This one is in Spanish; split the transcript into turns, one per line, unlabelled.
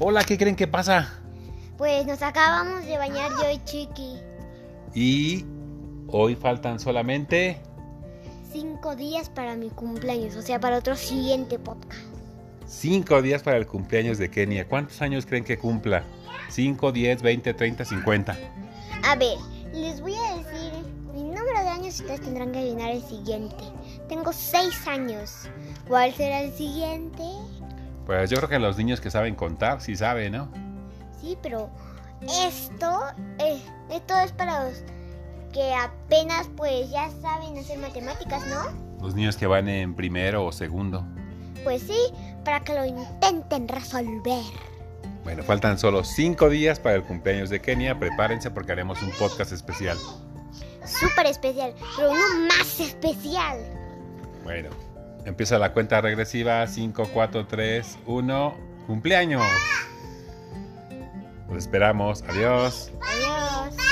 Hola, ¿qué creen que pasa?
Pues nos acabamos de bañar yo y Chiqui.
Y hoy faltan solamente
Cinco días para mi cumpleaños, o sea, para otro siguiente podcast.
cinco días para el cumpleaños de Kenia. ¿Cuántos años creen que cumpla? 5, 10, 20, 30, 50.
A ver, les voy a decir mi número de años y ustedes tendrán que adivinar el siguiente. Tengo seis años. ¿Cuál será el siguiente?
Pues yo creo que los niños que saben contar, sí saben, ¿no?
Sí, pero esto, eh, esto es para los que apenas pues ya saben hacer matemáticas, ¿no?
Los niños que van en primero o segundo.
Pues sí, para que lo intenten resolver.
Bueno, faltan solo cinco días para el cumpleaños de Kenia. Prepárense porque haremos un podcast especial.
Súper especial, pero uno más especial.
Bueno, empieza la cuenta regresiva 5, 4, 3, 1. ¡Cumpleaños! Los esperamos. Adiós.
Adiós.